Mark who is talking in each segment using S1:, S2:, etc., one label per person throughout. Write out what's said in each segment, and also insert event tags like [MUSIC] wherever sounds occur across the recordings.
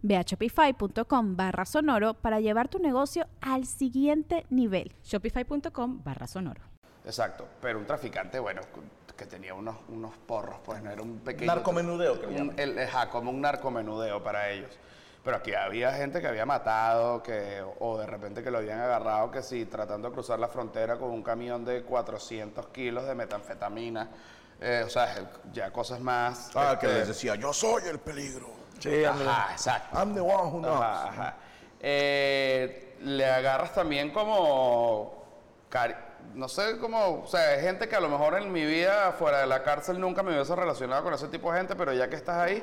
S1: Ve a shopify.com barra sonoro para llevar tu negocio al siguiente nivel.
S2: Shopify.com barra sonoro.
S3: Exacto, pero un traficante, bueno, que tenía unos, unos porros, pues no era un pequeño...
S4: Narcomenudeo, que le
S3: un,
S4: llaman.
S3: el, ajá, como un narcomenudeo para ellos. Pero aquí había gente que había matado, que, o de repente que lo habían agarrado, que sí, tratando de cruzar la frontera con un camión de 400 kilos de metanfetamina. Eh, o sea, ya cosas más...
S4: Ah, que
S3: este,
S4: les decía, yo soy el peligro.
S3: Sí, ajá, exacto.
S4: I'm the one who knows.
S3: Ajá, ajá. Eh, le agarras también como, cari- no sé, como, o sea, hay gente que a lo mejor en mi vida fuera de la cárcel nunca me hubiese relacionado con ese tipo de gente, pero ya que estás ahí,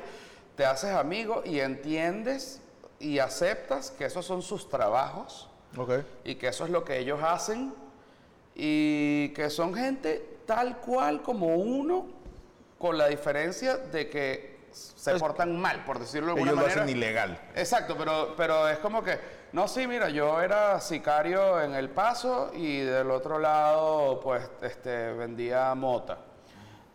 S3: te haces amigo y entiendes y aceptas que esos son sus trabajos
S4: Ok.
S3: y que eso es lo que ellos hacen y que son gente tal cual como uno, con la diferencia de que se
S4: Es-
S3: portan mal, por decirlo de alguna
S4: Ellos lo
S3: manera.
S4: hacen ilegal.
S3: Exacto, pero, pero es como que, no, sí, mira, yo era sicario en El Paso y del otro lado, pues, este, vendía mota.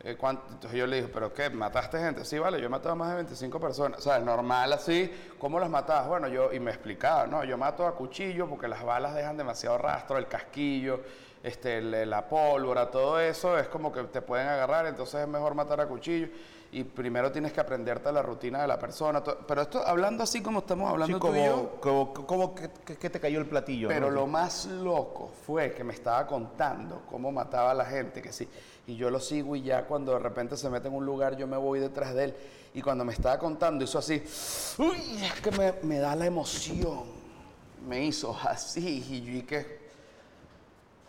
S3: Eh, cuan- Entonces yo le dije, ¿pero qué? ¿Mataste gente? Sí, vale, yo he matado a más de 25 personas. O sea, es normal así. ¿Cómo las matabas? Bueno, yo, y me explicaba, no, yo mato a cuchillo porque las balas dejan demasiado rastro, el casquillo, este, el- la pólvora, todo eso es como que te pueden agarrar, entonces es mejor matar a cuchillo. Y primero tienes que aprenderte la rutina de la persona. to- Pero esto, hablando así como estamos hablando
S4: Sí,
S3: tú y yo,
S4: como, como, como que, que- que te cayó el platillo.
S3: pero
S4: ¿no?
S3: lo más loco fue que me estaba contando cómo mataba a la gente, que sí. Y yo lo sigo y ya cuando de repente se mete en un lugar yo me voy detrás de él. Y cuando me estaba contando hizo así, uy, es que me, me da la emoción. Me hizo así y yo y que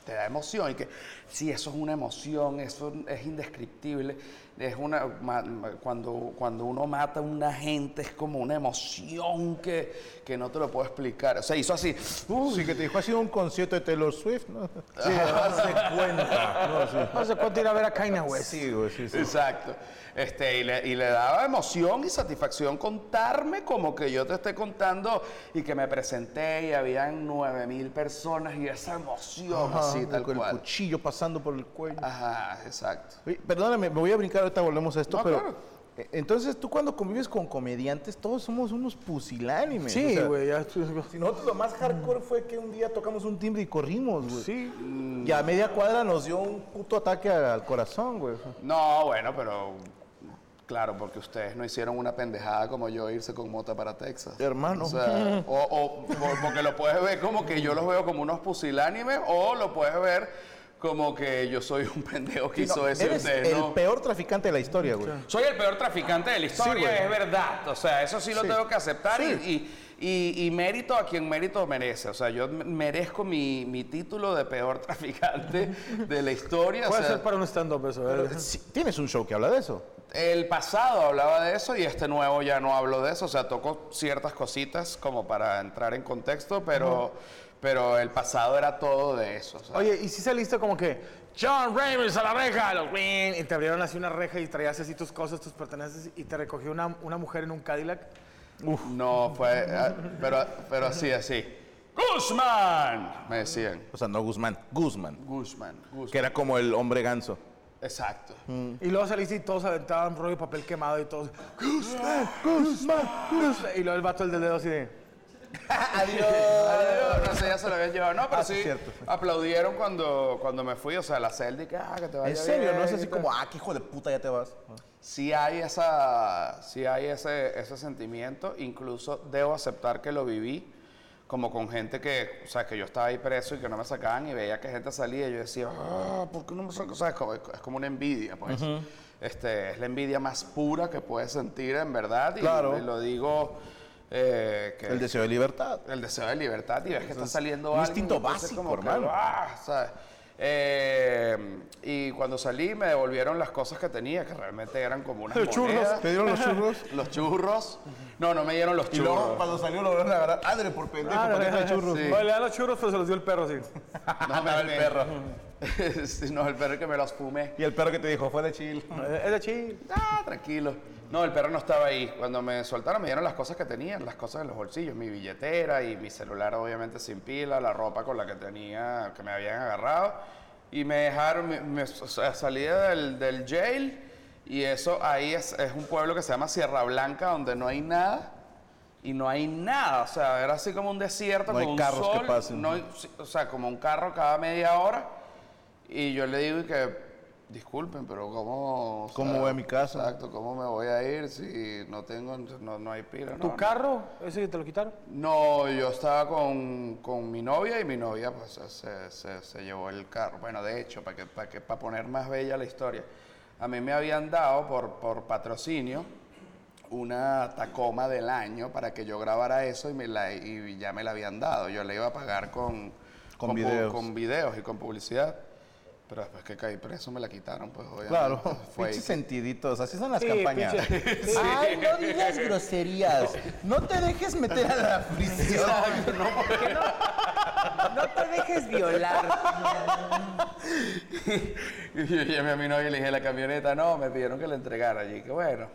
S3: te da emoción y que sí, eso es una emoción, eso es indescriptible, es una ma- ma- cuando cuando uno mata a una gente es como una emoción que, que no te lo puedo explicar. O sea, hizo así, uy,
S4: Sí, que te dijo, ha sido un concierto de Taylor Swift, ¿no? [LAUGHS]
S5: Sí, darse cuenta.
S4: No, sí.
S5: Darse cuenta de ir a ver a Kanye West.
S4: Sí, güey, sí, sí.
S3: Exacto. Este, y, le, y le daba emoción y satisfacción contarme como que yo te esté contando y que me presenté y habían nueve mil personas y esa emoción
S4: Ajá,
S3: así tal
S4: con el
S3: cual.
S4: cuchillo pasando por el cuello.
S3: Ajá, exacto.
S4: Oye, perdóname, me voy a brincar, ahorita volvemos a esto,
S3: No,
S4: pero...
S3: claro.
S4: eh, Entonces, tú cuando convives con comediantes, todos somos unos pusilánimes. o
S5: Sí,
S4: sea,
S5: güey. ya estoy-
S4: Si nosotros lo más hardcore fue que un día tocamos un timbre y corrimos, güey.
S5: Sí. mm.
S4: Y a media cuadra nos dio un puto ataque al corazón, güey.
S3: No, bueno, pero claro, porque ustedes no hicieron una pendejada como yo irse con mota para Texas.
S4: Hermano.
S3: O, sea, o- o por- porque lo puedes ver como que yo los veo como unos pusilánimes o lo puedes ver como que yo soy un pendejo que hizo eso y
S4: Eres
S3: ustedes
S4: el
S3: no.
S4: peor traficante de la historia, güey.
S3: Soy el peor traficante de la historia,
S4: güey.
S3: es verdad. O sea, eso sí lo
S4: Sí.
S3: tengo que aceptar y-
S4: Sí.
S3: y, y- y mérito a quien mérito merece. O sea, yo me- merezco mi, mi título de peor [LAUGHS] traficante de la historia. o
S5: Puede
S3: sea,
S5: ser para un stand-up eso. ¿eh? ¿verdad?
S4: Sí, Tienes un show que habla de eso.
S3: El pasado hablaba de eso y este nuevo ya no hablo de eso. O sea, tocó ciertas cositas como para entrar en contexto, pero, pero el pasado era todo de eso. o sea.
S5: Oye, ¿y si saliste como que John Ravens a la reja? Lo- Y te abrieron así una reja y traías así tus cosas, tus pertenencias y te recogió una, una mujer en un Cadillac.
S3: No, fue. ah, Pero, pero así, así. ¡Guzmán! Me decían.
S4: O sea, no Guzmán, Guzmán.
S3: Guzmán, Guzmán.
S4: Que era como el hombre ganso.
S3: Exacto.
S5: Y luego saliste y todos aventaban rollo de papel quemado y todos.
S4: Guzmán, Guzmán, Guzmán.
S5: Y luego el vato el del dedo así de.
S3: Adiós. No sé, ya se lo habían llevado. No, pero
S4: Ah, sí,
S3: sí.
S4: cierto.
S3: Aplaudieron cuando, cuando me fui, o sea, la celda y que, ah, que te vaya
S4: En serio,
S3: bien
S4: no es
S3: y
S4: así
S3: tal.
S4: como, ah, qué hijo de puta, ya te vas.
S5: Ah.
S3: sí hay, esa, sí hay ese, ese sentimiento, incluso debo aceptar que lo viví como con gente que, o sea, que yo estaba ahí preso y que no me sacaban y veía que gente salía y yo decía, ah, ¿por qué no me sacan? O sea, es como, es como una envidia, pues. este, es la envidia más pura que puedes sentir, en verdad, y,
S4: Claro.
S3: y lo digo... eh, que
S4: El deseo de libertad.
S3: el deseo de libertad y ves que está saliendo
S4: un
S3: algo.
S4: instinto
S3: entonces
S4: básico,
S3: como que,
S4: hermano.
S3: ¡ah! ¿sabes? Eh, y cuando salí me devolvieron las cosas que tenía, que realmente eran como unas
S4: [LAUGHS] Los churros.
S3: monedas.
S4: ¿Te
S5: [LAUGHS]
S4: dieron los churros?
S3: Los churros. No, no me dieron los
S4: Y luego [LAUGHS]
S3: churros.
S4: cuando salió lo volvieron a agarrar. Adre, por pendejo,
S5: Ah,
S4: paquete de
S5: no,
S4: churros.
S3: Sí.
S5: Oye, le dan los churros, pero se los dio el perro, sí.
S3: No, me,
S4: el perro.
S3: Sí, no, el perro [LAUGHS] que me los fumé.
S4: Y el perro que te dijo, fue de chill.
S5: Eh, [LAUGHS] Es de chill.
S3: Ah, tranquilo. No, el perro no estaba ahí. Cuando me soltaron me dieron las cosas que tenían, las cosas en los bolsillos, mi billetera y mi celular obviamente sin pila, la ropa con la que tenía, que me habían agarrado. Y me dejaron, me, me- o sea, salí del, del jail y eso ahí es, es un pueblo que se llama Sierra Blanca donde no hay nada. Y no hay nada, o sea, era así como un desierto,
S4: No hay
S3: con un
S4: carros que
S3: sol,
S4: pasen.
S3: no hay- o sea, como un carro cada media hora. Y yo le digo y que, disculpen, pero ¿cómo? o
S4: ¿Cómo voy a mi casa?
S3: Exacto, ¿cómo me voy a ir si no tengo, no, no hay pila? no,
S5: ¿Tu
S3: no".
S5: carro? ¿Ese te lo quitaron?
S3: No, yo estaba con, con mi novia y mi novia pues se, se- se llevó el carro. Bueno, de hecho, para que, para que, para poner más bella la historia, a mí me habían dado por, por patrocinio una Tacoma del año para que yo grabara eso y, me la, y ya me la habían dado. Yo la iba a pagar con,
S4: Con
S3: pu-
S4: videos.
S3: con videos y con publicidad. Pero después que caí preso me la quitaron, pues obviamente.
S4: Claro,
S3: Fue ahí
S4: pinches
S3: que-
S4: sentiditos, así son las
S5: Sí,
S4: campañas. [LAUGHS]
S5: pinche-
S4: Ay, no digas groserías. No te dejes meter a la prisión.
S3: [LAUGHS]
S6: No te dejes violar.
S3: [LAUGHS] Y yo llamé a mi novia y le dije, la camioneta, no, me pidieron que la entregara. Y que bueno.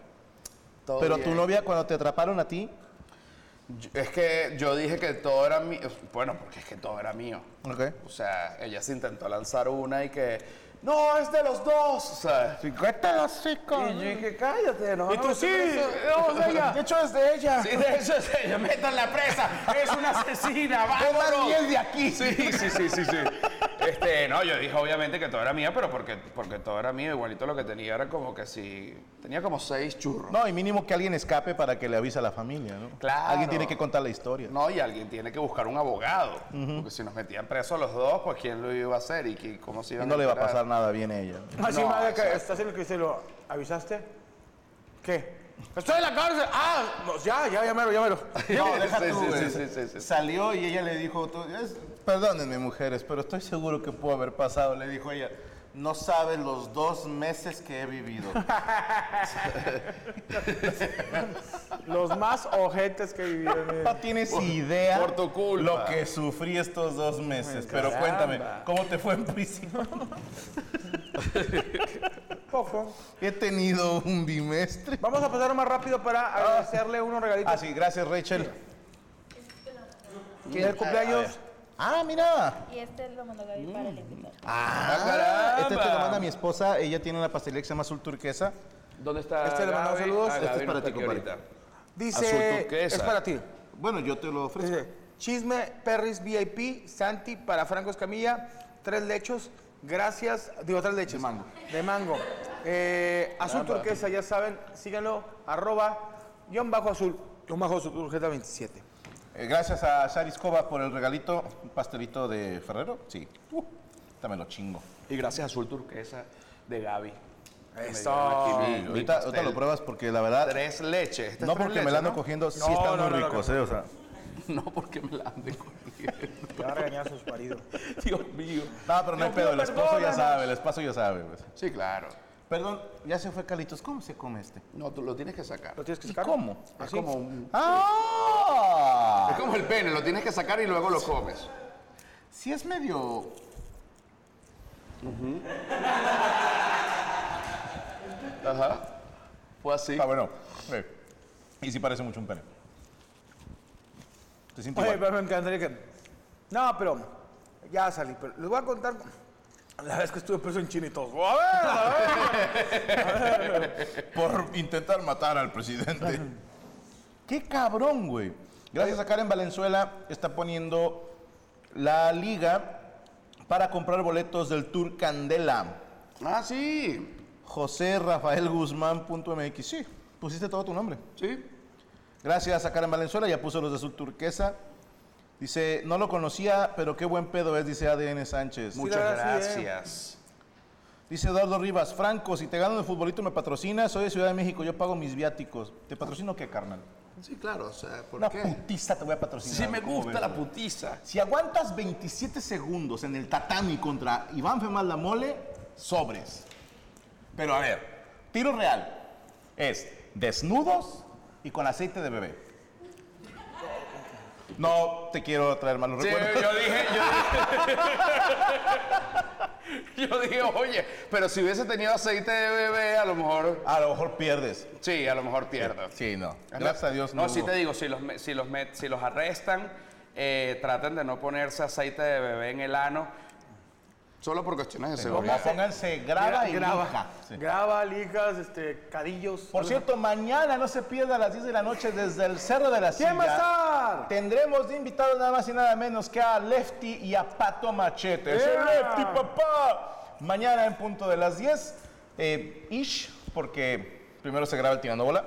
S3: todo
S4: Pero tu
S3: bien.
S4: novia, cuando te atraparon a ti,
S3: Yo- Es que yo dije que todo era mío. Bueno, porque es que todo era mío.
S4: Ok.
S3: O sea, ella se intentó lanzar una y que, no, es de los dos. O sea, y yo dije, cállate, no.
S5: Y tú
S3: no,
S5: sí.
S3: eso- no, o sea, ella-
S4: De hecho, es de ella.
S3: Sí, de hecho, es ella, métanla [LAUGHS] presa, es una asesina,
S4: más
S3: vámonos.
S4: bien de aquí.
S3: Sí, sí, sí, sí, sí. Este, no, yo dije obviamente que todo era mío, pero porque, porque todo era mío, igualito lo que tenía era como que si, tenía como seis churros.
S4: No, y mínimo que alguien escape para que le avise a la familia, ¿no?
S3: Claro.
S4: Alguien tiene que contar la historia.
S3: No, y alguien tiene que buscar un abogado, porque si nos metían presos los dos, pues quién lo iba a hacer y qui- cómo se
S4: Y
S3: iban
S4: no le va a
S3: enterar?
S4: pasar nada bien a ella.
S5: Así,
S3: No,
S5: Ah, madre, que
S3: exacto.
S5: estás en el cristal y lo avisaste. ¿Qué? Estoy en la cárcel. Ah, no, ya, ya, ya mero, ya mero.
S4: [LAUGHS] No, deja
S3: Sí,
S4: tú,
S3: sí,
S4: güey.
S3: sí, sí, sí, sí.
S4: Salió y ella le dijo, tú, es- perdónenme mujeres, pero estoy seguro que pudo haber pasado. Le dijo ella, no sabes los dos meses que he [LAUGHS] vivido.
S5: Los más ojetes que vivieron.
S4: No tienes idea
S3: por tu culpa.
S4: lo que sufrí estos dos meses. Pero cuéntame, ¿cómo te fue en prisión? [LAUGHS]
S5: Poco.
S4: He tenido un bimestre.
S5: Vamos a pasar más rápido para agradecerle unos regalitos.
S4: Ah, sí, gracias Rachel.
S5: El cumpleaños.
S4: Ah, mira.
S7: Y este lo mandó Gaby para el invitado.
S4: Ah,
S3: caramba.
S4: Este te lo manda mi esposa. Ella tiene una pastelería que se llama Azul Turquesa.
S3: ¿Dónde está
S5: Este le mandamos saludos.
S3: Ah,
S4: Este es
S3: Gaby no
S4: para
S3: está
S4: ti,
S3: aquí
S4: compadre.
S3: ahorita.
S5: Dice,
S3: Azul turquesa.
S5: es para ti.
S4: Bueno, yo te lo ofrezco.
S5: Dice, Pues, chisme, Perris VIP, Santi para Franco Escamilla, tres lechos, gracias, digo, tres leches. De mango. De mango. Eh, azul turquesa, ya saben, síganlo, arroba, guión bajo azul, guión bajo azul, turquesa 27.
S4: Eh, gracias a Sari Escoba por el regalito. Un pastelito de Ferrero. Sí. Uh, ahorita me lo chingo.
S3: Y gracias a Azul Turquesa de Gaby.
S5: Eso.
S8: Ah,
S3: Me dieron aquí mi- mi
S4: ahorita, ahorita
S3: pastel.
S4: lo pruebas porque la verdad.
S3: Tres leches. Este
S4: No
S3: es tres
S4: porque me
S3: leches,
S4: la ando
S3: ¿no?
S4: cogiendo, sí
S5: No,
S4: están
S5: no,
S4: muy
S5: no, no,
S4: ricos, ¿eh? O sea.
S3: [LAUGHS] No porque me la ande cogiendo.
S5: Te va a regañar sus [LAUGHS] maridos.
S3: Dios mío.
S4: No, pero no hay pedo, el esposo ya sabe, el esposo ya sabe. pues.
S3: Sí, claro.
S4: Perdón, ya se fue Calitos, ¿cómo se come este?
S3: No, tú lo tienes que sacar.
S5: ¿Lo tienes que
S4: ¿Y
S5: sacar? ¿Ah,
S4: cómo?
S3: Es como, un- es
S4: ¡Ah!
S3: como el pene, lo tienes que sacar y luego lo comes.
S4: Si es medio...
S3: Ajá. Fue así.
S4: Ah, bueno. eh, Y sí parece mucho un pene. Te siento
S5: Oye,
S4: igual.
S5: pero me encantaría que... No, pero ya salí, pero les voy a contar la vez que estuve preso en China y todos, [LAUGHS] "A ver, a ver".
S4: Por intentar matar al presidente. [LAUGHS] ¡Qué cabrón, güey! Gracias a Karen Valenzuela está poniendo la liga para comprar boletos del Tour Candela.
S3: Ah, sí.
S4: José Rafael Guzmán.mx. Sí, pusiste todo tu nombre.
S3: Sí.
S4: Gracias a Karen Valenzuela, ya puso los de Azul Turquesa. Dice, no lo conocía, pero qué buen pedo es, dice ADN Sánchez.
S5: Muy-
S3: Muchas
S5: la verdad, sí, eh.
S3: gracias.
S4: Dice Eduardo Rivas, Franco, si te gano el futbolito me patrocinas, soy de Ciudad de México, yo pago mis viáticos. ¿Te patrocino qué, carnal?
S3: Sí, claro, o sea, ¿por
S4: Una
S3: qué?
S4: putiza te voy a patrocinar.
S3: Sí, me
S4: ¿cómo
S3: gusta
S4: ves,
S3: la
S4: güey?
S3: putiza.
S4: Si aguantas 27 segundos en el tatami contra Iván Femal La Mole, sobres. Pero a ver, tiro real es desnudos y con aceite de bebé. No te quiero traer malos
S3: Sí,
S4: recuerdos.
S3: yo dije, yo dije, [LAUGHS] yo dije, oye, pero si hubiese tenido aceite de bebé, a lo mejor,
S4: [LAUGHS] A lo mejor pierdes.
S3: sí, a lo mejor pierdo.
S4: Sí, no.
S3: Además,
S4: Gracias a Dios no.
S3: No, sí
S4: hubo.
S3: te digo, si los, me- si los, met- si los arrestan, eh, traten de no ponerse aceite de bebé en el ano, solo por cuestiones de
S4: Ojo,
S3: seguridad.
S4: pónganse graba y
S5: graba,
S4: lija. Sí.
S5: graba, lijas, este, cadillos.
S4: Por cierto, mañana no se pierda a las 10 de la noche desde el Cerro de la Silla.
S5: ¿Quién va a estar?
S4: Tendremos de invitados nada más y nada menos que a Lefty y a Pato Machete. ¡Es el
S5: ¡Ea!
S4: ¡Eh, Lefty, papá! Mañana en punto de las 10, eh, ish, porque primero se graba el Tirando Bola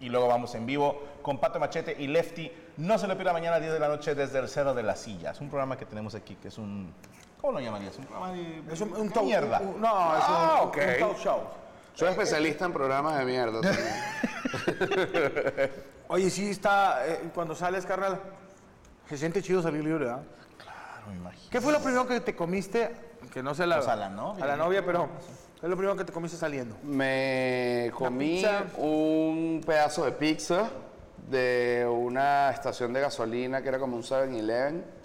S4: y luego vamos en vivo con Pato Machete y Lefty. No se lo pierda mañana a 10 de la noche desde el Cerro de la Silla. Es un programa que tenemos aquí que es un... ¿Cómo lo llamarías? Un programa de...
S5: Es un, un
S4: ¿Qué
S5: talk-
S4: mierda?
S5: un- un- no, es
S3: Ah,
S5: un,
S3: ok.
S5: un talk show.
S3: Soy especialista en programas de mierda también.
S5: Oye, sí está, eh, cuando sales, carnal, se siente chido salir libre, ¿verdad?
S4: Claro, me imagino.
S5: ¿Qué fue lo primero que te comiste? Que no sé la...
S4: Pues a la novia.
S5: A la novia, pero es lo primero que te comiste saliendo.
S3: Me comí
S5: pizza.
S3: un pedazo de pizza de una estación de gasolina que era como un 7-Eleven.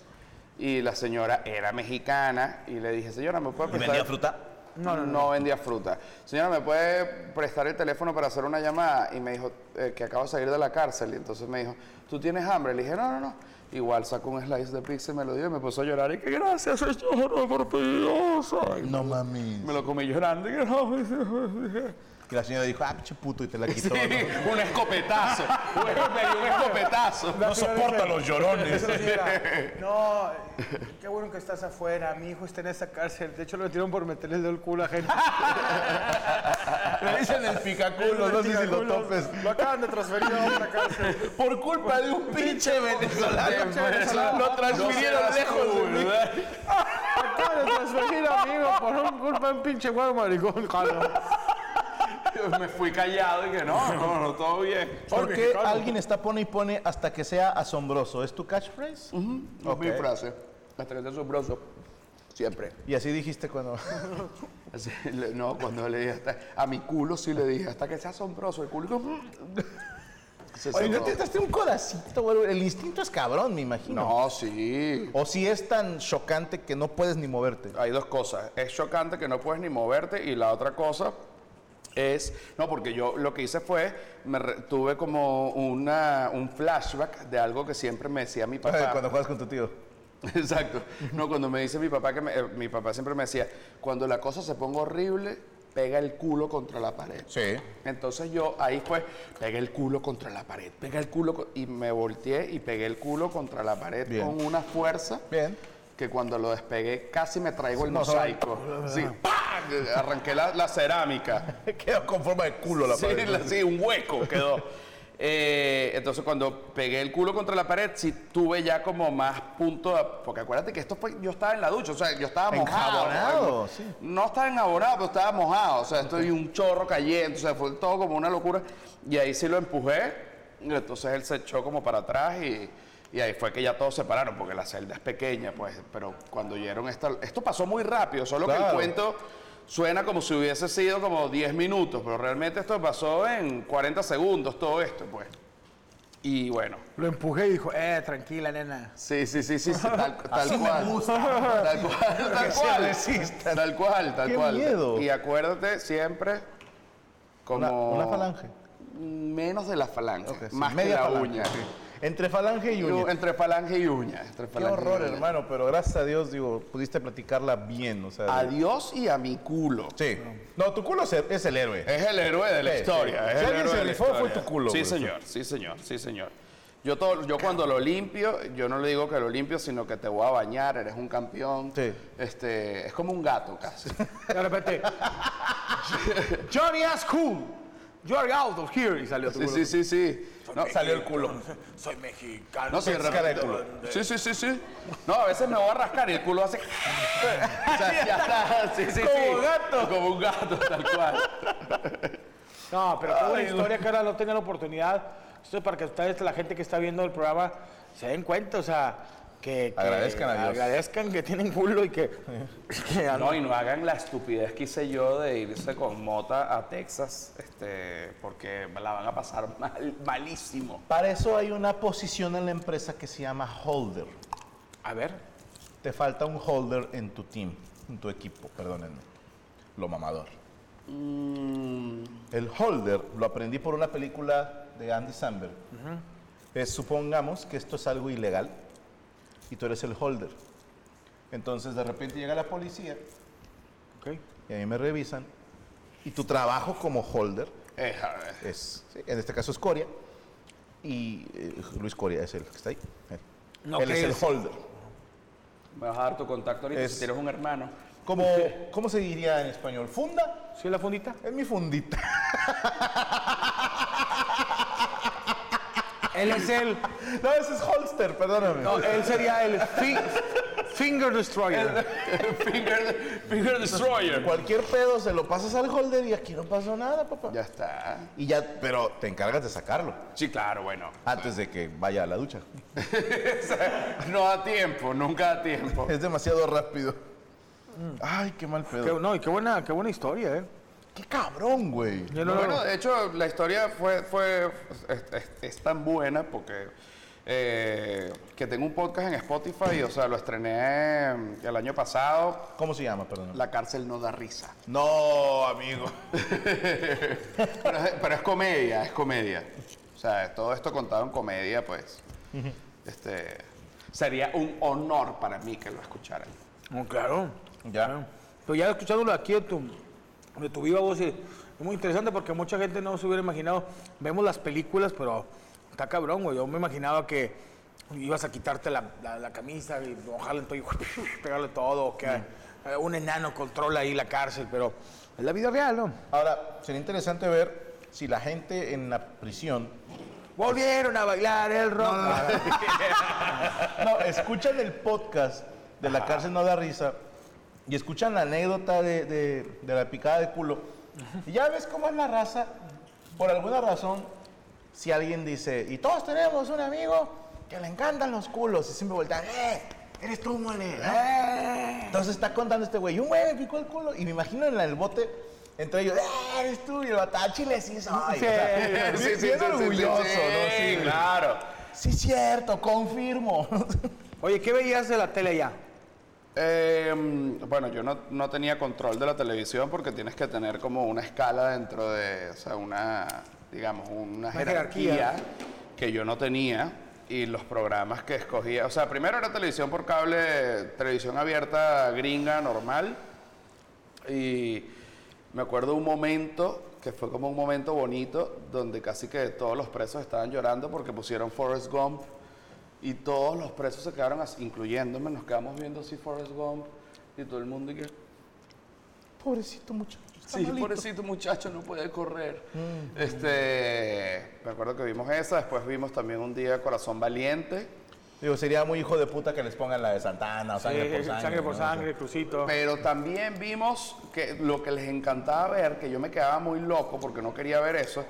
S3: Y la señora era mexicana y le dije, señora, ¿me puede
S4: ¿Y
S3: prestar?
S4: vendía fruta?
S3: No, no, no. vendía fruta. Señora, ¿me puede prestar el teléfono para hacer una llamada? Y me dijo eh, que acabo de salir de la cárcel. Y entonces me dijo, ¿tú tienes hambre? Le dije, no, no, no. Igual sacó un slice de pizza y me lo dio y me puso a llorar. Y que gracias, señora, por Dios. Ay,
S4: No mames.
S3: Me lo comí llorando. Y que no.
S4: Que la señora dijo, ah, pinche puto, y [LAUGHS] te la quitó. ¿no?
S3: un escopetazo. Güey, me dio un escopetazo.
S4: No soporta los llorones. [LAUGHS]
S5: No, eh, qué bueno que estás afuera. Mi hijo está en esa cárcel. De hecho, lo metieron por meterle el dedo al culo a gente.
S4: Le dicen el picaculo, no sé si lo topes.
S5: Lo acaban de transferir a otra cárcel.
S4: Por culpa de un pinche venezolano. Lo transfirieron lejos de mí.
S5: Acaban de transferir a mi hijo por un culpa de un pinche huevo maricón, cabrón.
S3: Me fui callado y que no, no, no, todo bien.
S4: Porque alguien está pone y pone hasta que sea asombroso. ¿Es tu catchphrase?
S3: No es mi frase. La traición asombroso. Siempre.
S4: Y así
S3: [LAUGHS]
S4: dijiste cuando...
S3: Así, le- no, cuando le dije hasta. A mi culo sí le dije, hasta que sea asombroso. El culo. Se
S4: Oye, ¿no
S3: cerró.
S4: te daste un codacito? güey? El instinto es cabrón, me imagino.
S3: No, sí.
S4: O si es tan chocante que no puedes ni moverte.
S3: Hay dos cosas. Es chocante que no puedes ni moverte y la otra cosa es, no, porque yo lo que hice fue, me re- tuve como una, un flashback de algo que siempre me decía mi papá.
S4: [LAUGHS] Cuando juegas con tu tío.
S3: [LAUGHS] Exacto. No, cuando me dice mi papá que me- eh, mi papá siempre me decía, cuando la cosa se ponga horrible, pega el culo contra la pared.
S4: Sí.
S3: Entonces yo ahí fue, pegué el culo contra la pared, pegué el culo co- y me volteé y pegué el culo contra la pared
S4: Bien.
S3: con una fuerza
S4: Bien.
S3: que cuando lo despegué casi me traigo el
S4: No, sabe.
S3: mosaico. Sí, ¡pah! Arranqué la, la cerámica.
S4: Quedó con forma de culo la
S3: sí,
S4: pared.
S3: la- sí, un hueco quedó. Eh, entonces cuando pegué el culo contra la pared, sí tuve ya como más punto, de- porque acuérdate que esto fue, yo estaba en la ducha, o sea, yo estaba mojado.
S4: Enjabonado,
S3: ¿no?
S4: sí.
S3: No estaba enjabonado, pero estaba mojado, o sea, estoy un chorro cayendo, o sea, fue todo como una locura. Y ahí sí lo empujé, y entonces él se echó como para atrás y, y ahí fue que ya todos se pararon, porque la celda es pequeña, pues, pero cuando oyeron esta, esto pasó muy rápido, solo que el
S4: Claro.
S3: cuento suena como si hubiese sido como 10 minutos, pero realmente esto pasó en 40 segundos, todo esto, pues. Y bueno.
S5: Lo empujé y dijo, eh, tranquila, nena.
S3: Sí, sí, sí,
S4: [LAUGHS]
S3: sí, sí, tal, tal
S4: Así me
S3: cual.
S4: gusta.
S3: Tal cual, tal
S4: Que se
S3: cual.
S4: resistan.
S3: Tal cual, tal
S4: Qué
S3: cual.
S4: miedo.
S3: Y acuérdate siempre como
S4: Una, una falange.
S3: menos de la falange,
S4: Ok, sí,
S3: más
S4: media
S3: que la
S4: falange,
S3: uña.
S4: sí. Entre falange y
S3: Y
S4: uña.
S3: u- Entre falange y uña, entre
S4: Qué
S3: falange y
S4: horror,
S3: uña.
S4: hermano, pero gracias a Dios, digo, pudiste platicarla bien, o sea. de-
S3: A Dios y a mi culo.
S4: Sí. No, tu culo es el, es el héroe.
S3: Es el héroe de la
S4: Sí,
S3: historia.
S4: sí.
S3: es
S4: Si
S3: el
S4: alguien
S3: héroe
S4: se
S3: de la
S4: rifó, fue
S3: historia.
S4: tu culo,
S3: Sí,
S4: güey.
S3: señor, sí, señor, sí, señor. Yo, todo, yo cuando lo limpio, yo no le digo que lo limpio, sino que te voy a bañar, eres un campeón.
S4: Sí.
S3: Este, es como un gato casi.
S5: De repente, Johnny as cool. You're out of here. Y salió tu
S3: Sí,
S5: culo.
S3: sí, sí, sí. No,
S4: Salió el culo.
S8: Soy mexicano.
S3: Ah, no, sí,
S4: Es cara de
S3: realmente-
S4: culo.
S3: Sí, sí, sí, sí. No, a veces me voy a rascar y el culo hace. O sea, ya está. [LAUGHS] Sí, sí,
S5: Como
S3: sí.
S5: gato.
S3: Como un gato, tal cual.
S8: No, pero qué buena
S5: Ay,
S8: historia que ahora no tengan la oportunidad. Esto es para que ustedes, la gente que está viendo el programa, se den cuenta, o sea, que, que
S4: Agradezcan a Dios.
S8: agradezcan que tienen culo y que, [LAUGHS] que andan-
S3: No, y no hagan la estupidez que hice yo de irse con Mota a Texas, este, porque la van a pasar mal, malísimo.
S4: Para eso hay una posición en la empresa que se llama holder.
S3: A ver.
S4: Te falta un holder en tu team, en tu equipo, perdónenme. Lo mamador. El holder lo aprendí por una película de Andy Samberg. Eh, supongamos que esto es algo ilegal y tú eres el holder. Entonces de repente llega la policía
S8: Ok.
S4: y a mí me revisan y tu trabajo como holder
S3: Eh, a ver.
S4: es, sí, en este caso es Coria, y eh, Luis Coria es el que está ahí. él. Él es el holder.
S3: Me vas a dar tu contacto ahorita
S4: Es-
S3: si tienes un hermano.
S4: Como, ¿Cómo se diría en español? ¿Funda?
S8: ¿Sí la fundita?
S4: Es mi fundita. [LAUGHS]
S5: Él es el.
S4: No, ese es holster, perdóname.
S5: No, él sería el fi- Finger Destroyer.
S3: [LAUGHS] Finger, Finger Destroyer.
S4: Cualquier pedo se lo pasas al holder y aquí no pasó nada, papá.
S3: Ya está.
S4: Y ya, pero te encargas de sacarlo
S3: Sí, claro, bueno.
S4: antes de que vaya a la ducha.
S3: [LAUGHS] No da tiempo, nunca da tiempo.
S4: Es demasiado rápido. Ay, qué mal pedo.
S8: Qué- no, y qué buena, qué buena historia, ¿eh?
S4: Qué cabrón, güey.
S8: Yo no-
S3: Bueno, de hecho, la historia fue, fue es, es- es tan buena porque eh, que tengo un podcast en Spotify, y, o sea, lo estrené mm, el año pasado.
S4: ¿Cómo se llama, perdón?
S3: La cárcel no da
S4: [LAUGHS]
S3: risa.
S4: No, amigo.
S3: Pero es, pero es comedia, es comedia. O sea, todo esto contado en comedia, pues. Este, sería un honor para mí que lo escucharan.
S8: No, claro.
S4: Ya.
S8: Pero ya escuchándolo aquí de tu, de tu viva voz, y es muy interesante porque mucha gente no se hubiera imaginado. Vemos las películas, pero está cabrón, güey. Yo me imaginaba que ibas a quitarte la, la- la camisa y mojarle en todo y [LAUGHS] pegarle todo, o que eh, un enano controla ahí la cárcel, pero es la vida real, ¿no?
S4: Ahora, sería interesante ver si la gente en la prisión
S8: Volvieron a bailar el rock.
S4: No, escuchan el podcast de La Cárcel No Da Risa y escuchan la anécdota de, de- de la picada de culo. Y ya ves cómo es la raza. Por alguna razón, si alguien dice, y todos tenemos un amigo que le encantan los culos, y siempre voltean, ¡eh! ¡Eres tú, mole! ¡Eh!". Entonces está contando este güey, y un güey me picó el culo, y me imagino en el bote, entre ellos, ¡eh! ¡Eres tú! Y el batán chile, sí soy. O sea,
S3: [LAUGHS] Sí,
S4: bien-
S3: sí,
S4: bien
S3: sí, sí,
S4: orgulloso,
S3: sí,
S4: ¿no?
S3: sí,
S4: Sí,
S3: claro.
S4: Sí, cierto, confirmo. [LAUGHS]
S8: Oye, ¿qué veías de la tele allá?
S3: Eh, mm, bueno, yo no, no tenía control de la televisión porque tienes que tener como una escala dentro de, o sea, una, digamos, una
S8: jerarquía.
S3: jerarquía, que yo no tenía y los programas que escogía. O sea, primero era televisión por cable, televisión abierta, gringa, normal. Y me acuerdo un momento que fue como un momento bonito donde casi que todos los presos estaban llorando porque pusieron Forrest Gump y todos los presos se quedaron así, incluyéndome, nos quedamos viendo así Forrest Gump y todo el mundo y que
S4: Pobrecito muchacho. está
S3: sí,
S4: malito.
S3: pobrecito muchacho no puede correr. Este, me acuerdo que vimos esa, después vimos también un día Corazón Valiente,
S4: Digo, sería muy hijo de puta que les pongan la de Santana o sangre por
S8: Eh,
S4: sangre.
S8: sangre, por
S4: ¿no?
S8: sangre, crucito.
S3: pero también vimos que lo que les encantaba ver, que yo me quedaba muy loco porque no quería ver eso.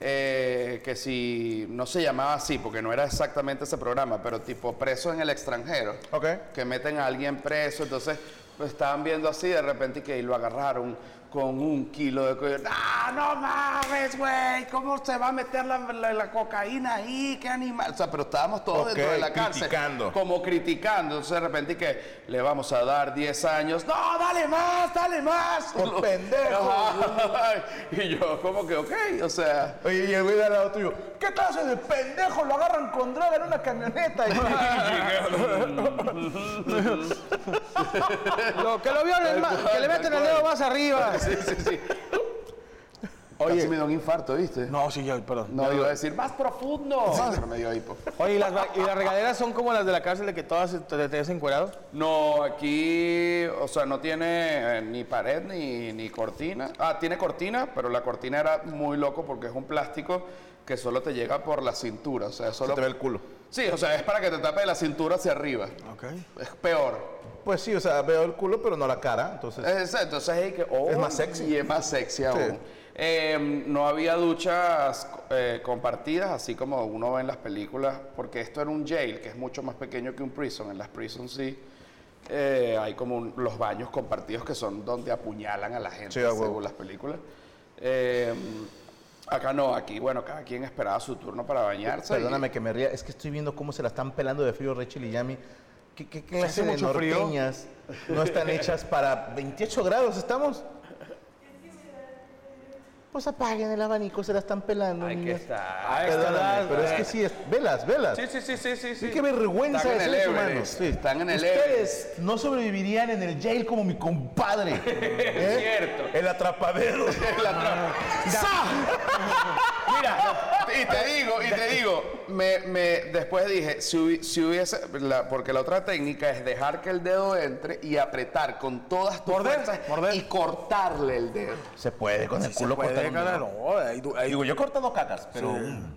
S3: eh, que si no se llamaba así, porque no era exactamente ese programa, pero tipo preso en el extranjero.
S4: O sea, Ok.
S3: que meten a alguien preso, entonces lo estaban viendo así de repente y que lo agarraron con un kilo de cocaína. ¡Ah, no mames, güey! ¿Cómo se va a meter la, la- la cocaína ahí? ¡Qué animal! O sea, pero estábamos todos
S4: Ok,
S3: dentro de la cárcel.
S4: criticando.
S3: Como criticando. Entonces de repente y que le vamos a dar 10 años. ¡No, dale más, dale más! [LAUGHS]
S4: Por pendejo.
S3: Ajá. y yo como que, ok, o sea... [LAUGHS]
S4: Oye, y el güey de al lado tuyo, ¿qué clase de pendejo lo agarran con droga en una camioneta?
S8: [LAUGHS] Lo que lo violen, ma- que le meten el dedo más arriba.
S3: Sí, sí, sí. Casi me dio un infarto, ¿viste?
S8: No, sí, ya, perdón.
S3: No, iba a decir, más profundo. Sí, pero me dio hipo.
S8: Oye, ¿y las, ba- y las regaderas son como las de la cárcel de que todas te, te, te has encuerado?
S3: No, aquí, o sea, no tiene eh, ni pared ni, ni cortina. Ah, tiene cortina, pero la cortina era muy loco porque es un plástico que solo te llega por la cintura. O sea, solo
S4: te ve el culo.
S3: Sí, o sea, es para que te tape de la cintura hacia arriba.
S8: Ok.
S3: Es peor.
S4: Pues sí, o sea, veo el culo, pero no la cara. Entonces,
S8: Eh,
S3: Es- entonces es que, oh,
S4: Es más sexy.
S3: Y es más sexy aún. Eh, no había duchas eh, compartidas, así como uno ve en las películas, porque esto era un jail, que es mucho más pequeño que un prison. En las prisons sí eh, hay como un- los baños compartidos que son donde apuñalan a la gente,
S4: Sí, a huevo.
S3: según las películas. Eh, acá no, aquí, bueno, cada quien esperaba su turno para bañarse. y-
S4: perdóname que me ría, es que estoy viendo cómo se la están pelando de frío Rachel y Yami. ¿Qué, qué
S8: hace
S4: clase de
S8: mucho frío.
S4: norteñas no están hechas para 28 grados? ¿Estamos? Pues apaguen el abanico, se la están pelando.
S3: Hay que
S4: niñas.
S3: estar.
S8: Ahí está
S4: Perdóname,
S8: la-
S4: pero es que sí, es- velas, velas.
S3: Sí, sí, sí, sí, sí.
S4: Sí,
S3: sí.
S4: qué vergüenza
S3: Están
S4: de
S3: en
S4: seres
S3: el
S4: humanos.
S3: Everest,
S4: sí.
S3: Están en el Everest.
S4: Ustedes no sobrevivirían en el jail como mi compadre. ¿eh?
S3: cierto.
S4: El atrapadero.
S3: [LAUGHS] La
S8: Ah.
S3: tra-
S8: [LAUGHS]
S3: Mira, y te digo, y te digo, me, me- después dije, si, hubi- si hubiese, la- porque la otra técnica es dejar que el dedo entre y apretar con todas tus fuerzas y cortarle el dedo.
S4: Se puede con el
S8: Se
S4: culo
S8: puede,
S4: cortar un
S8: cara,
S4: dedo.
S8: no, eh, ahí du- ahí-
S4: Digo, yo he cortado cacas, pero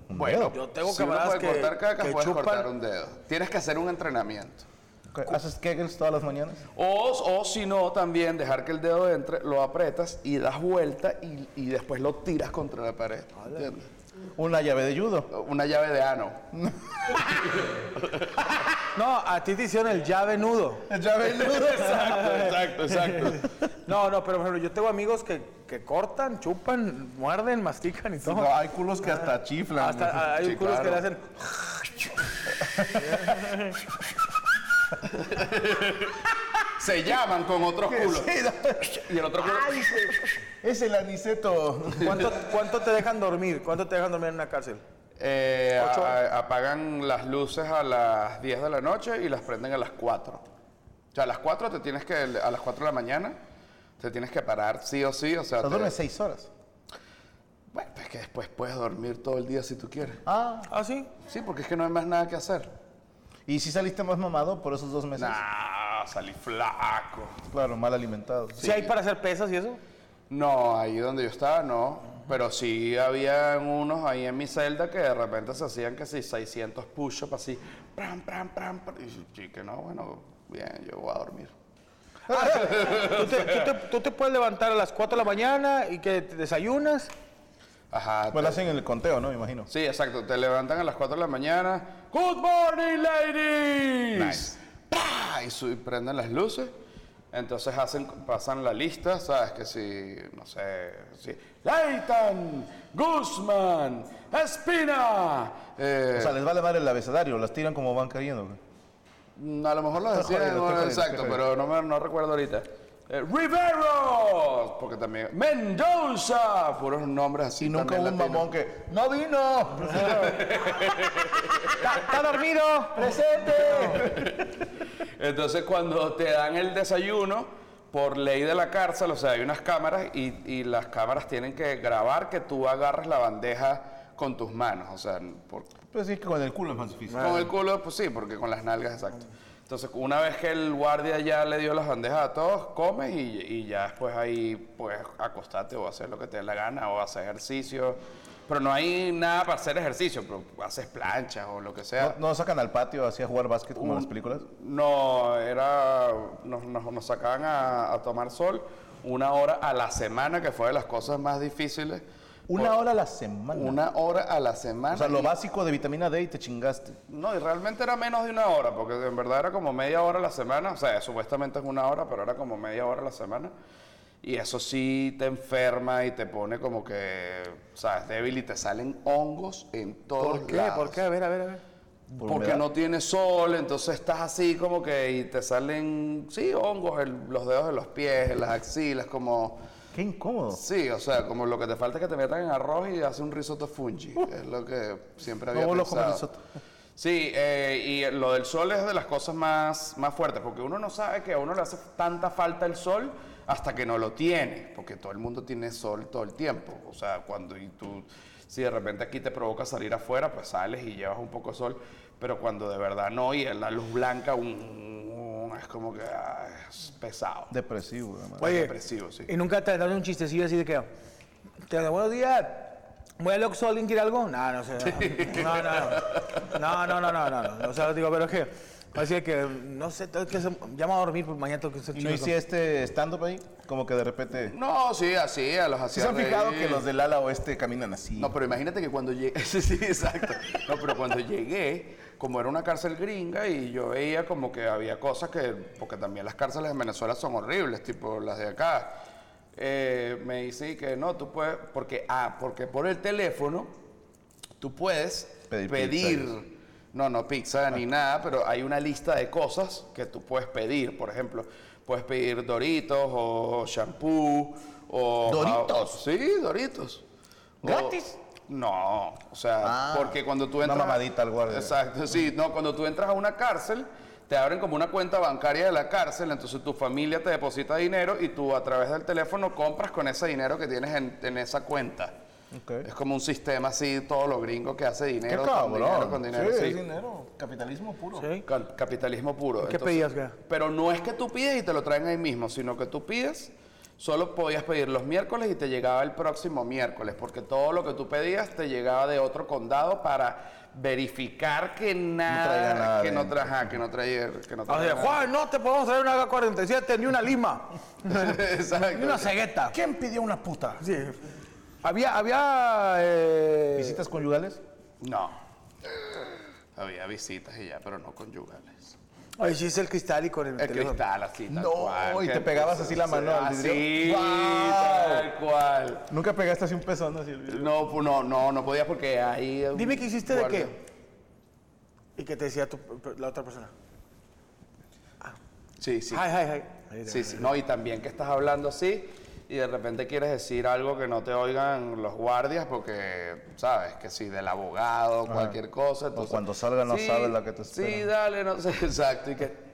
S4: bueno.
S8: yo tengo
S3: si uno
S8: camaradas
S3: puede
S8: que,
S3: cortar caca,
S8: que
S3: puedes
S8: chupan.
S3: cortar un dedo. Tienes que hacer un entrenamiento.
S4: ¿Haces kegels todas las mañanas?
S3: O, o si no, también dejar que el dedo entre, lo apretas y das vuelta y, y después lo tiras contra la pared. ¿entiendes?
S4: Una llave de
S3: [LAUGHS]
S4: judo.
S3: Una llave de ano.
S8: No, a ti te hicieron el llave nudo.
S4: Llave de [LAUGHS] judo,
S3: Exacto, [LAUGHS] exacto.
S8: No, no, pero por ejemplo, yo tengo amigos que, que cortan, chupan, muerden, mastican y todo.
S4: hay culos que hasta chiflan.
S8: Hasta ah, hay
S3: Sí,
S8: culos que
S3: claro.
S8: le hacen.
S3: Se llaman con otros culos. [LAUGHS] Y el otro culo.
S4: es el aniceto. [LAUGHS]
S8: ¿Cuánto, cuánto te dejan dormir? ¿Cuánto te dejan dormir en una cárcel?
S3: Eh, a- a- apagan las luces a las 10 de la noche y las prenden a las 4. O sea, a las 4 te tienes que, a las 4 de la mañana, te tienes que parar sí o sí. O sea, te-
S4: duermes seis horas.
S3: bueno, es que después puedes dormir todo el día si tú quieres.
S4: Ah.
S8: ¿Ah, sí?
S3: Sí, porque es que no hay más nada que hacer.
S4: ¿Y si saliste más mamado por esos dos meses?
S3: Nah, salí flaco.
S4: Claro, mal alimentado.
S8: ¿Sí hay para hacer pesas y eso?
S3: No, ahí donde yo estaba no. Pero sí había unos ahí en mi celda que de repente se hacían que sí, 600 push-ups así. Pram, pram, pram, pram. Y yo, "Sí, que no, bueno, bien, yo voy a dormir.
S8: ¿Tú te, tú te- tú te puedes levantar a las 4 de la mañana y que te desayunas.
S3: Ajá.
S4: Bueno,
S3: te-
S4: hacen el conteo, ¿no? Me imagino.
S3: Sí, exacto. Te levantan a las 4 de la mañana. Good morning, ladies. ¡Pah! Y, su- y prenden las luces. Entonces hacen, pasan la lista, ¿sabes? Que si, no sé, si... Leitan, Guzmán, Espina. eh,
S4: O sea, les vale madre el abecedario, las tiran como van cayendo. güey.
S3: Mm, A lo mejor lo
S4: Está
S3: decían,
S4: jodido,
S3: no,
S4: está jodido,
S3: exacto,
S4: está jodido.
S3: pero no, me- no recuerdo ahorita. Eh, Rivero, porque también. Mendoza, fueron nombres así.
S4: Y nunca
S3: también
S4: hubo un
S3: latinos.
S4: mamón que. ¡No [LAUGHS] vino!
S8: ¡Está, está dormido! ¡Presente!
S3: Entonces, cuando te dan el desayuno, por ley de la cárcel, o sea, hay unas cámaras y, y las cámaras tienen que grabar que tú agarras la bandeja con tus manos, o sea, por-
S4: Pues sí, que con el culo es más difícil.
S3: Con el culo, pues sí, porque con las nalgas, exacto. Entonces, una vez que el guardia ya le dio las bandejas a todos, comes y, y ya después ahí puedes acostarte o hacer lo que te dé la gana o hacer ejercicio. Pero no hay nada para hacer ejercicio, pero haces planchas o lo que sea.
S4: ¿No, no sacan al patio así a jugar básquet como en las películas?
S3: No, era. Nos, nos- nos sacaban a, a tomar sol una hora a la semana, que fue de las cosas más difíciles.
S4: Una hora a la semana.
S3: Una hora a la semana.
S4: O sea, lo
S3: y-
S4: básico de vitamina D y te chingaste.
S3: No, y realmente era menos de una hora, porque en verdad era como media hora a la semana, o sea, supuestamente es una hora, pero era como media hora a la semana. Y eso sí te enferma y te pone como que, sabes, débil y te salen hongos en todos
S8: ¿Por qué?
S3: lados.
S8: ¿Por qué? A ver, a ver, a ver.
S4: Por
S3: Porque
S4: humedad.
S3: no tiene sol, entonces estás así como que y te salen, sí, hongos en los dedos de los pies, en las axilas, como...
S4: Qué incómodo.
S3: Sí, o sea, como lo que te falta es que te metan en arroz y hace un risotto fungi. Es lo que siempre
S4: No
S3: había
S4: vuelvo a comer
S3: pensado.
S4: risotto.
S3: Sí, eh, y lo del sol es de las cosas más, más fuertes, porque uno no sabe que a uno le hace tanta falta el sol hasta que no lo tienes, porque todo el mundo tiene sol todo el tiempo. O sea, cuando y tú, si de repente aquí te provoca salir afuera, pues sales y llevas un poco de sol, pero cuando de verdad no y la luz blanca un- un- es como que ah, es pesado.
S4: Depresivo, además.
S8: Oye,
S3: depresivo, sí.
S8: ¿y nunca te dan un chistecillo así de que, te dan buenos días, voy al Oxxo, ¿alguien quiere algo? No, no sé, no, no, no, no, no, no, no, no, no, o sea, digo, pero es que, así de que, no sé, tengo que hacer- llama a dormir, pues mañana tengo que hacer
S4: ¿Y no
S8: chicos.
S4: hice este stand-up ahí? Como que de repente...
S3: No, sí, así, a los
S4: ¿Sí
S3: hacía
S4: se han fijado
S3: reír.
S4: que los del ala oeste caminan así?
S3: No, pero imagínate que cuando llegué, [LAUGHS] sí, sí, exacto. No, pero cuando llegué, como era una cárcel gringa y yo veía como que había cosas que, porque también las cárceles en Venezuela son horribles, tipo las de acá. Eh, me dice que no, tú puedes, porque, ah, porque por el teléfono tú puedes
S4: Pedir
S3: pedir,
S4: pizza.
S3: no, no pizza ni nada, pero hay una lista de cosas que tú puedes pedir. Por ejemplo, puedes pedir Doritos o shampoo o... ah,
S4: ¿Doritos?
S3: Sí, Doritos. O-
S6: ¿Gratis?
S3: no, o sea,
S4: Ah,
S3: porque cuando tú
S4: una
S3: entras...
S4: mamadita al guardia.
S3: Exacto, sí, no, cuando tú entras a una cárcel, te abren como una cuenta bancaria de la cárcel, entonces tu familia te deposita dinero y tú a través del teléfono compras con ese dinero que tienes en, en esa cuenta.
S4: Ok.
S3: Es como un sistema así, todos los gringos que hace
S4: ¡Qué
S3: dinero con dinero,
S4: cabrón!
S3: con dinero,
S4: sí,
S3: sí.
S4: es dinero. Capitalismo puro.
S8: Sí.
S3: Cal- Capitalismo puro.
S8: ¿Qué pedías, qué?
S3: Pero no es que tú pides y te lo traen ahí mismo, sino que tú pides, solo podías pedir los miércoles y te llegaba el próximo miércoles, porque todo lo que tú pedías te llegaba de otro condado para verificar que nada,
S4: traiga nada
S3: que, no
S4: adentro.
S3: traja, que no traía, que no
S8: O
S3: traía
S8: sea,
S3: nada.
S8: Ah, Juan, no te podemos traer una H47, ni una Lima, ni
S3: [LAUGHS]
S8: una
S3: Exacto.
S8: cegueta.
S4: ¿Quién pidió una puta?
S8: Sí. Había, había, eh,
S4: ¿Visitas conyugales?
S3: No. Había visitas y ya, pero no conyugales.
S8: Ay, sí, es el cristal y con el,
S3: El
S8: teléfono.
S3: cristal así. tal
S4: No,
S3: cual,
S4: y
S3: que
S4: te pegabas así la mano al
S3: Así,
S4: vidrio. ¡Guau!
S3: tal cual.
S4: ¿Nunca pegaste así un pezón así?
S3: No, pu- no, no, no podía porque ahí. eh,
S8: Dime qué hiciste
S3: guardia.
S8: de qué. Y que te decía tu- la otra persona.
S3: Sí, sí.
S4: Ah,
S8: Ay, ay, ay.
S3: Sí, sí. No, y también que estás hablando así y de repente quieres decir algo que no te oigan los guardias porque, ¿sabes? Que sí, del abogado, cualquier cosa. entonces-
S4: cuando salga no sabes la que te
S3: Sí,
S4: espera.
S3: dale, no sé, [LAUGHS] exacto. Y
S4: [LAUGHS]
S3: que,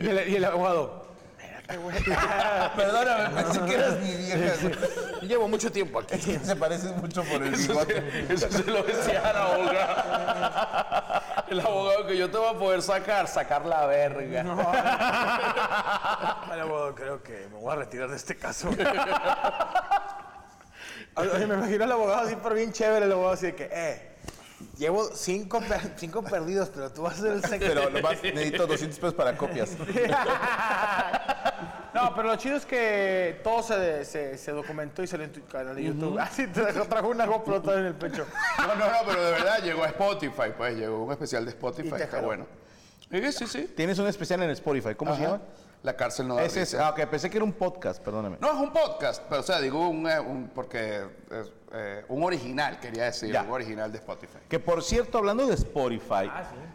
S8: Y el, y el abogado. [LAUGHS]
S4: Perdóname, [LAUGHS] pensé que eras mi vieja.
S8: Llevo mucho tiempo aquí.
S4: Se parecen mucho por el bigote.
S3: Eso se lo decía al abogado. El abogado que yo te voy a poder sacar, sacar la verga.
S8: [LAUGHS] El abogado, creo que me voy a retirar de este caso. [LAUGHS] Oye, me imagino al abogado así, pero bien chévere, el abogado así de que, eh, llevo cinco, per- cinco perdidos, pero tú vas a ser el sexto.
S4: Pero lo más, necesito 200 pesos para copias.
S8: [LAUGHS] No, pero lo chido es que todo se, se, se documentó y salió en tu canal de YouTube. [LAUGHS] Así te dejó- trajo una GoPro todavía en el pecho.
S3: No, no, no, pero de verdad llegó a Spotify, pues llegó un especial de Spotify,
S8: Y te
S3: está
S8: jaló.
S3: bueno. Sí, sí, sí.
S4: Tienes un especial en Spotify, ¿cómo se
S3: Ajá.
S4: llama?
S3: La cárcel no da
S4: Ese es,
S3: risa.
S4: ah, ok, pensé que era un podcast, perdóname.
S3: No, es un podcast, pero o sea, digo un, eh, un- porque es, eh, un original, quería decir,
S4: Ya.
S3: un original de Spotify.
S4: Que por cierto, hablando de Spotify,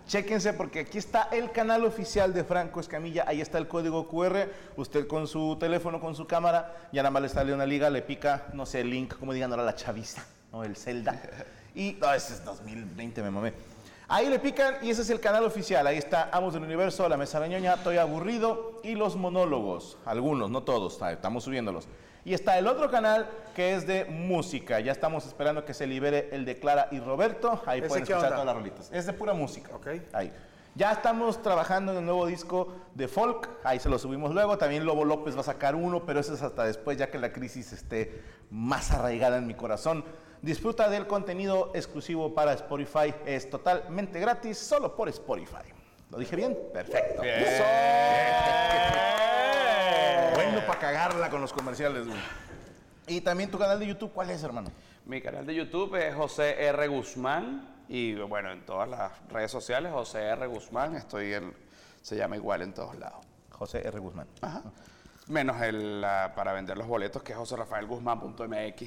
S4: chéquense porque aquí está el canal oficial de Franco Escamilla, ahí está el código QR, usted con su teléfono, con su cámara, ya nada más le sale una liga, le pica, no sé, el link, como digan ahora la chaviza, o el [LAUGHS] Zelda. Y, no, ese es 2020, me mamé. Ahí le pican y ese es el canal oficial, ahí está Amos del Universo, La Mesa de la Ñoña, Estoy Aburrido y los monólogos, algunos, no todos, ah, estamos subiéndolos. Y está el otro canal que es de música. Ya estamos esperando que se libere el de Clara y Roberto. Ahí
S8: ¿Ese
S4: pueden
S8: qué
S4: escuchar
S8: onda?
S4: todas las rolitas. Es de pura música.
S8: Ok.
S4: Ahí. Ya estamos trabajando en el nuevo disco de folk. Ahí se lo subimos luego. También Lobo López va a sacar uno, pero eso es hasta después, ya que la crisis esté más arraigada en mi corazón. Disfruta del contenido exclusivo para Spotify. Es totalmente gratis, solo por Spotify. ¿Lo dije bien? Perfecto. Eso. Bueno, para cagarla con los comerciales, güey. Y también tu canal de YouTube, ¿cuál es, hermano?
S3: Mi canal de YouTube es José R. Guzmán y bueno, en todas las redes sociales, José R. Guzmán, estoy en, se llama igual en todos lados.
S4: José R. Guzmán.
S3: Ajá. Menos el, la- para vender los boletos, que es joserrafaelguzmán.mx.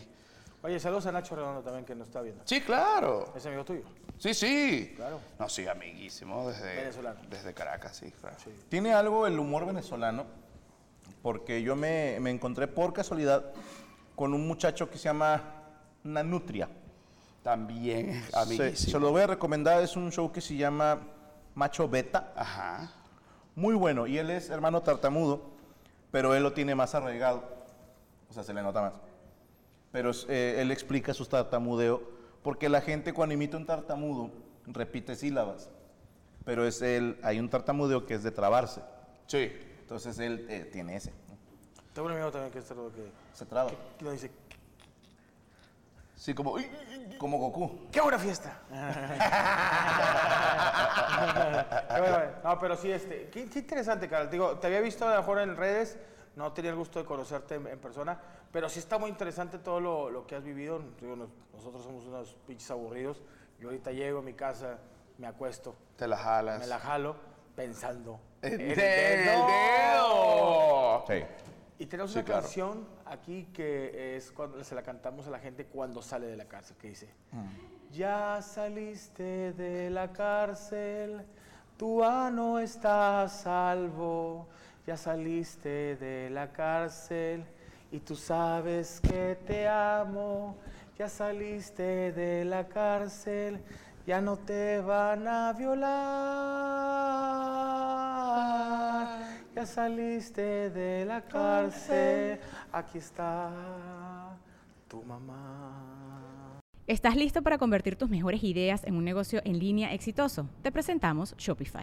S8: Oye, saludos a Nacho Redondo también que nos está viendo.
S3: Sí, claro.
S8: Es amigo tuyo.
S3: Sí, sí.
S8: Claro.
S3: No, sí, amiguísimo desde,
S8: Venezolano.
S3: desde Caracas, sí, claro.
S4: Tiene algo el humor venezolano, porque yo me, me encontré por casualidad con un muchacho que se llama Nanutria.
S3: También es
S4: Se,
S3: amiguísimo.
S4: se lo voy a recomendar, es un show que se llama Macho Beta.
S3: Ajá.
S4: muy bueno. Y él es hermano tartamudo, pero él lo tiene más arraigado. O sea, se le nota más. Pero es- eh, él explica su tartamudeo, porque la gente cuando imita un tartamudo repite sílabas. Pero es él, hay un tartamudeo que es de trabarse.
S3: Sí.
S4: Entonces él eh, tiene ese. ¿no?
S8: Tengo un amigo también que es lo que...
S4: Se traba.
S8: que lo dice,
S4: Sí, como, como Goku.
S8: [LAUGHS] ¡qué buena fiesta! Qué buena- no, pero sí, este, qué, qué interesante, Carl. Digo, te había visto a lo mejor en redes, no tenía el gusto de conocerte en, en persona, pero sí está muy interesante todo lo, lo que has vivido. Digo, nos- nosotros somos unos pinches aburridos. Yo ahorita llego a mi casa, me acuesto,
S3: Te la jalas.
S8: me la jalo, pensando.
S3: ¡El,
S8: en el
S3: dedo!
S4: Sí.
S8: Y tenemos
S3: Sí,
S8: una
S3: claro.
S8: canción aquí que es cuando se la cantamos a la gente cuando sale de la cárcel, que dice, ya saliste de la cárcel, tu ano está a salvo, ya saliste de la cárcel y tú sabes que te amo, ya saliste de la cárcel, ya no te van a violar. Ya saliste de la cárcel, aquí está tu mamá.
S2: ¿Estás listo para convertir tus mejores ideas en un negocio en línea exitoso? Te presentamos Shopify.